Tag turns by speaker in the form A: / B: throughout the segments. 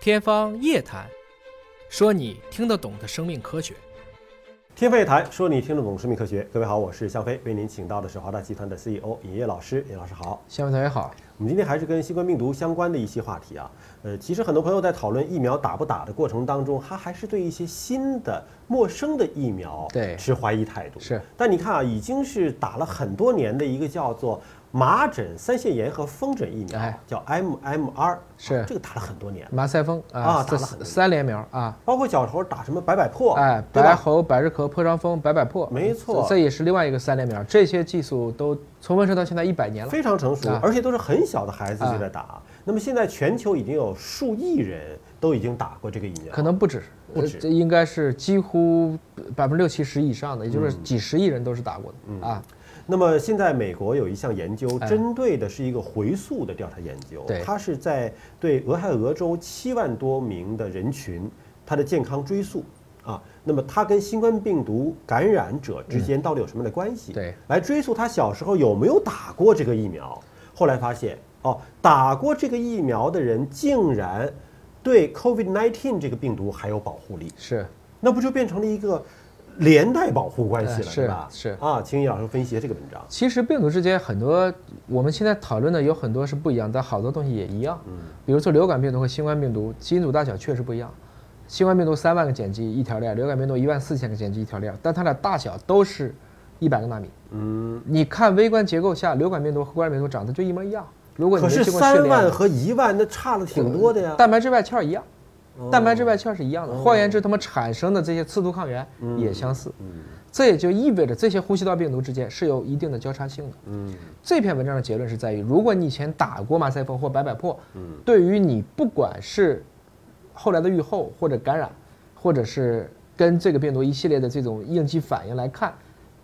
A: 天方夜谭，说你听得懂的生命科学。
B: 天方夜谭，说你听得懂生命科学。各位好，我是向飞，为您请到的是华大集团的 CEO 尹烨老师。尹老师好，
A: 向飞同学好。
B: 我们今天还是跟新冠病毒相关的一些话题啊。呃，其实很多朋友在讨论疫苗打不打的过程当中，他还是对一些新的、陌生的疫苗
A: 对
B: 持怀疑态度。
A: 是，
B: 但你看啊，已经是打了很多年的一个叫做麻疹、腮腺炎和风疹疫苗，
A: 哎
B: 叫 MMR，
A: 是
B: 啊这个打了很多年了。
A: 马赛风
B: 啊
A: 这
B: 打了很多
A: 三连苗啊，
B: 包括小时候打什么百百破，
A: 哎，
B: 对
A: 白
B: 吧？
A: 喉、百日咳、破伤风、百百破，
B: 没错
A: 这这也是另外一个三连苗。这些技术都从问世到现在一百年了。
B: 非常成熟
A: 啊，
B: 而且都是很小的孩子就在打。那么现在全球已经有数亿人都已经打过这个疫苗，
C: 可能不止，
B: 不
C: 呃
B: 止
C: 这应该是几乎百分之六七十以上的，也就是
B: 嗯
C: 几十亿人都是打过的、啊。
B: 那么现在美国有一项研究，针对的是一个回溯的调查研究，
C: 哎对
B: 它是在对俄亥俄州七万多名的人群，它的健康追溯啊，那么它跟新冠病毒感染者之间到底有什么样的关系？
C: 嗯对，
B: 来追溯他小时候有没有打过这个疫苗。后来发现，哦，打过这个疫苗的人竟然对 COVID-19 这个病毒还有保护力，
C: 是，
B: 那不就变成了一个连带保护关系了，
C: 呃
B: 对吧？
C: 是是
B: 啊，请尹老师分析这个文章。
C: 其实病毒之间很多我们现在讨论的有很多是不一样，但好多东西也一样。
B: 嗯，
C: 比如说流感病毒和新冠病毒基因组大小确实不一样，新冠病毒三万个碱基一条链，流感病毒一万四千个碱基一条链，但它俩大小都是一百个纳米。
B: 嗯，
C: 你看微观结构下，流感病毒和冠状病毒长得就一模一样。如果你
B: 可
C: 没
B: 是
C: 经过训
B: 三
C: 练
B: 万
C: 的
B: 和一万那差了挺多的呀。
C: 蛋白质外壳一样，
B: 哦
C: 蛋白质外壳是一样的。换言之，它们产生的这些刺突抗原也相似，
B: 嗯
C: 这也就意味着这些呼吸道病毒之间是有一定的交叉性的。
B: 嗯
C: 这篇文章的结论是在于，如果你以前打过马赛风或百百破，对于你不管是后来的预后或者感染，或者是跟这个病毒一系列的这种应激反应来看，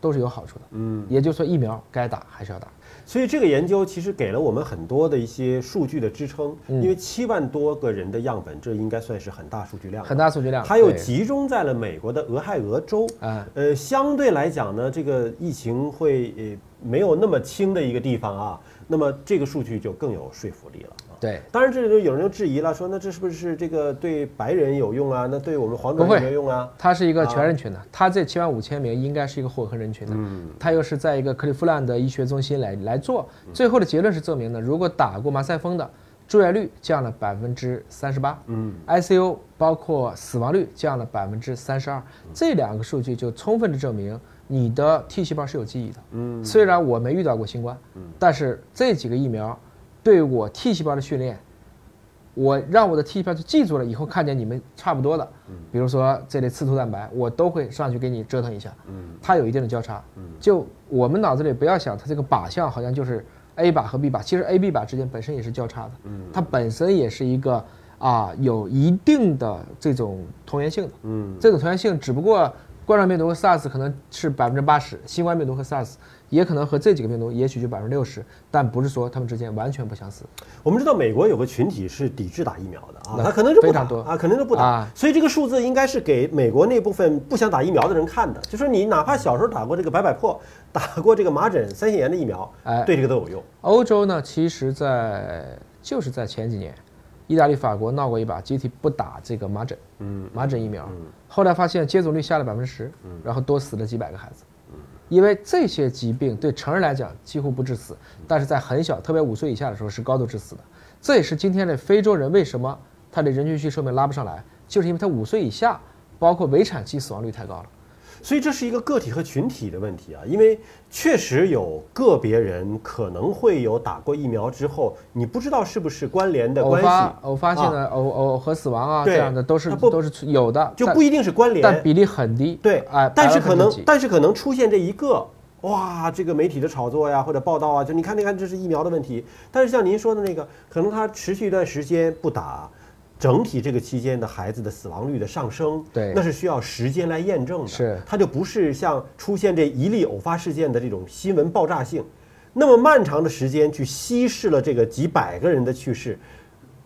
C: 都是有好处的。
B: 嗯，
C: 也就是说，疫苗该打还是要打。
B: 所以这个研究其实给了我们很多的一些数据的支撑，因为七万多个人的样本，这应该算是很大数据量了。
C: 很大数据量，
B: 它又
C: 对
B: 集中在了美国的俄亥俄州，
C: 哎
B: 呃，相对来讲呢，这个疫情会呃没有那么轻的一个地方啊，那么这个数据就更有说服力了啊。
C: 对。
B: 当然，这里就有人就质疑了，说那这是不是这个对白人有用啊？那对我们黄种
C: 不
B: 人
C: 会
B: 有没有用啊？
C: 它是一个全人群的，它这七万五千名应该是一个混合人群的，它又是在一个克利夫兰的医学中心来来做，最后的结论是证明呢，如果打过马赛风的住院率降了百分之三十八，
B: 嗯
C: ，ICU 包括死亡率降了百分之三十二，这两个数据就充分的证明你的 T 细胞是有记忆的，
B: 嗯，
C: 虽然我没遇到过新冠，但是这几个疫苗对我 T 细胞的训练我让我的 T 细胞就记住了，以后看见你们差不多的，比如说这类刺突蛋白，我都会上去给你折腾一下，它有一定的交叉，就我们脑子里不要想它这个靶向好像就是 A 靶和 B 靶，其实 A、B 靶之间本身也是交叉的，它本身也是一个啊有一定的这种同源性的，
B: 嗯
C: 这种同源性只不过冠状病毒和 SARS 可能是百分之八十，新冠病毒和 SARS 也可能和这几个病毒也许就百分之六十，但不是说它们之间完全不相似，
B: 我们知道美国有个群体是抵制打疫苗的啊，
C: 那
B: 他可能是不
C: 非
B: 打
C: 常多
B: 啊，可能是不打、
C: 啊
B: 所以这个数字应该是给美国那部分不想打疫苗的人看的，就说你哪怕小时候打过这个百百破，打过这个麻疹、腮腺炎的疫苗，
C: 哎
B: 对这个都有用。
C: 欧洲呢，其实在就是在前几年，意大利、法国闹过一把集体不打这个麻疹，
B: 嗯，
C: 麻疹疫苗，后来发现接种率下了百分之十，然后多死了几百个孩子。
B: 嗯
C: 因为这些疾病对成人来讲几乎不致死，
B: 嗯
C: 但是在很小，特别五岁以下的时候是高度致死的。这也是今天的非洲人为什么他的人均续寿命拉不上来，就是因为他五岁以下，包括围产期死亡率太高了。
B: 所以这是一个个体和群体的问题啊，因为确实有个别人可能会有打过疫苗之后，你不知道是不是关联的
C: 偶
B: 关系啊
C: 发，偶发性的偶偶和死亡啊
B: 对
C: 这样的都是
B: 它不
C: 都是有的，
B: 就
C: 但
B: 不一定是关联，
C: 但比例很低。
B: 对，
C: 哎，
B: 但是
C: 百
B: 可
C: 分之
B: 能
C: 几，
B: 但是可能出现这一个，哇，这个媒体的炒作呀，或者报道啊，就你看，你看，这是疫苗的问题。但是像您说的那个，可能它持续一段时间不打，整体这个期间的孩子的死亡率的上升，
C: 对
B: 那是需要时间来验证的。
C: 是
B: 它就不是像出现这一例偶发事件的这种新闻爆炸性，那么漫长的时间去稀释了这个几百个人的去世。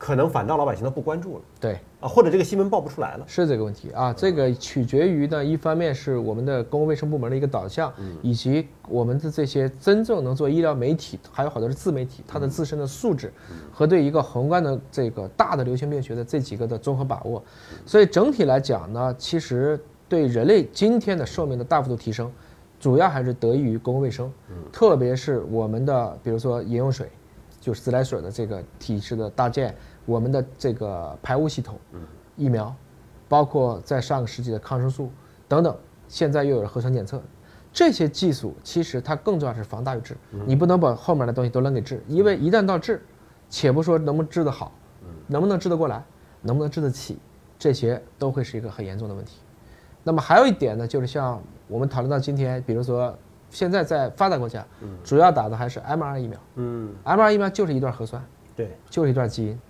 B: 可能反倒老百姓都不关注了
C: 对，
B: 啊，或者这个新闻报不出来了。
C: 是这个问题啊。这个取决于呢，一方面是我们的公共卫生部门的一个导向，以及我们的这些真正能做医疗媒体，还有好多是自媒体，它的自身的素质和对一个宏观的这个大的流行病学的这几个的综合把握。所以整体来讲呢，其实对人类今天的寿命的大幅度提升，主要还是得益于公共卫生，特别是我们的比如说饮用水。就是自来水的这个体制的搭建，我们的这个排污系统，疫苗，包括在上个世纪的抗生素等等，现在又有了核酸检测，这些技术其实它更重要是防大于治，你不能把后面的东西都扔给治，因为一旦到治，且不说能不能治得好，能不能治得过来，能不能治得起，这些都会是一个很严重的问题。那么还有一点呢，就是像我们讨论到今天，比如说现在在发达国家，主要打的还是 mRNA 疫苗。
B: 嗯，
C: mRNA 疫苗就是一段核酸，
B: 对，
C: 就是一段基因，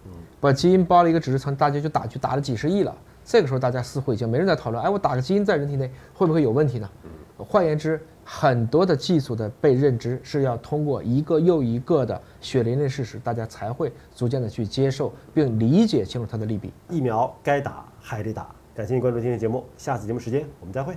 C: 把基因包了一个指示层，大家就打去打了几十亿了。这个时候，大家似乎已经没人在讨论，哎，我打个基因在人体内会不会有问题呢？换言之，很多的技术的被认知是要通过一个又一个的血淋淋事实，大家才会逐渐的去接受并理解清楚它的利弊。
B: 疫苗该打还得打。感谢你关注今天的节目，下次节目时间我们再会。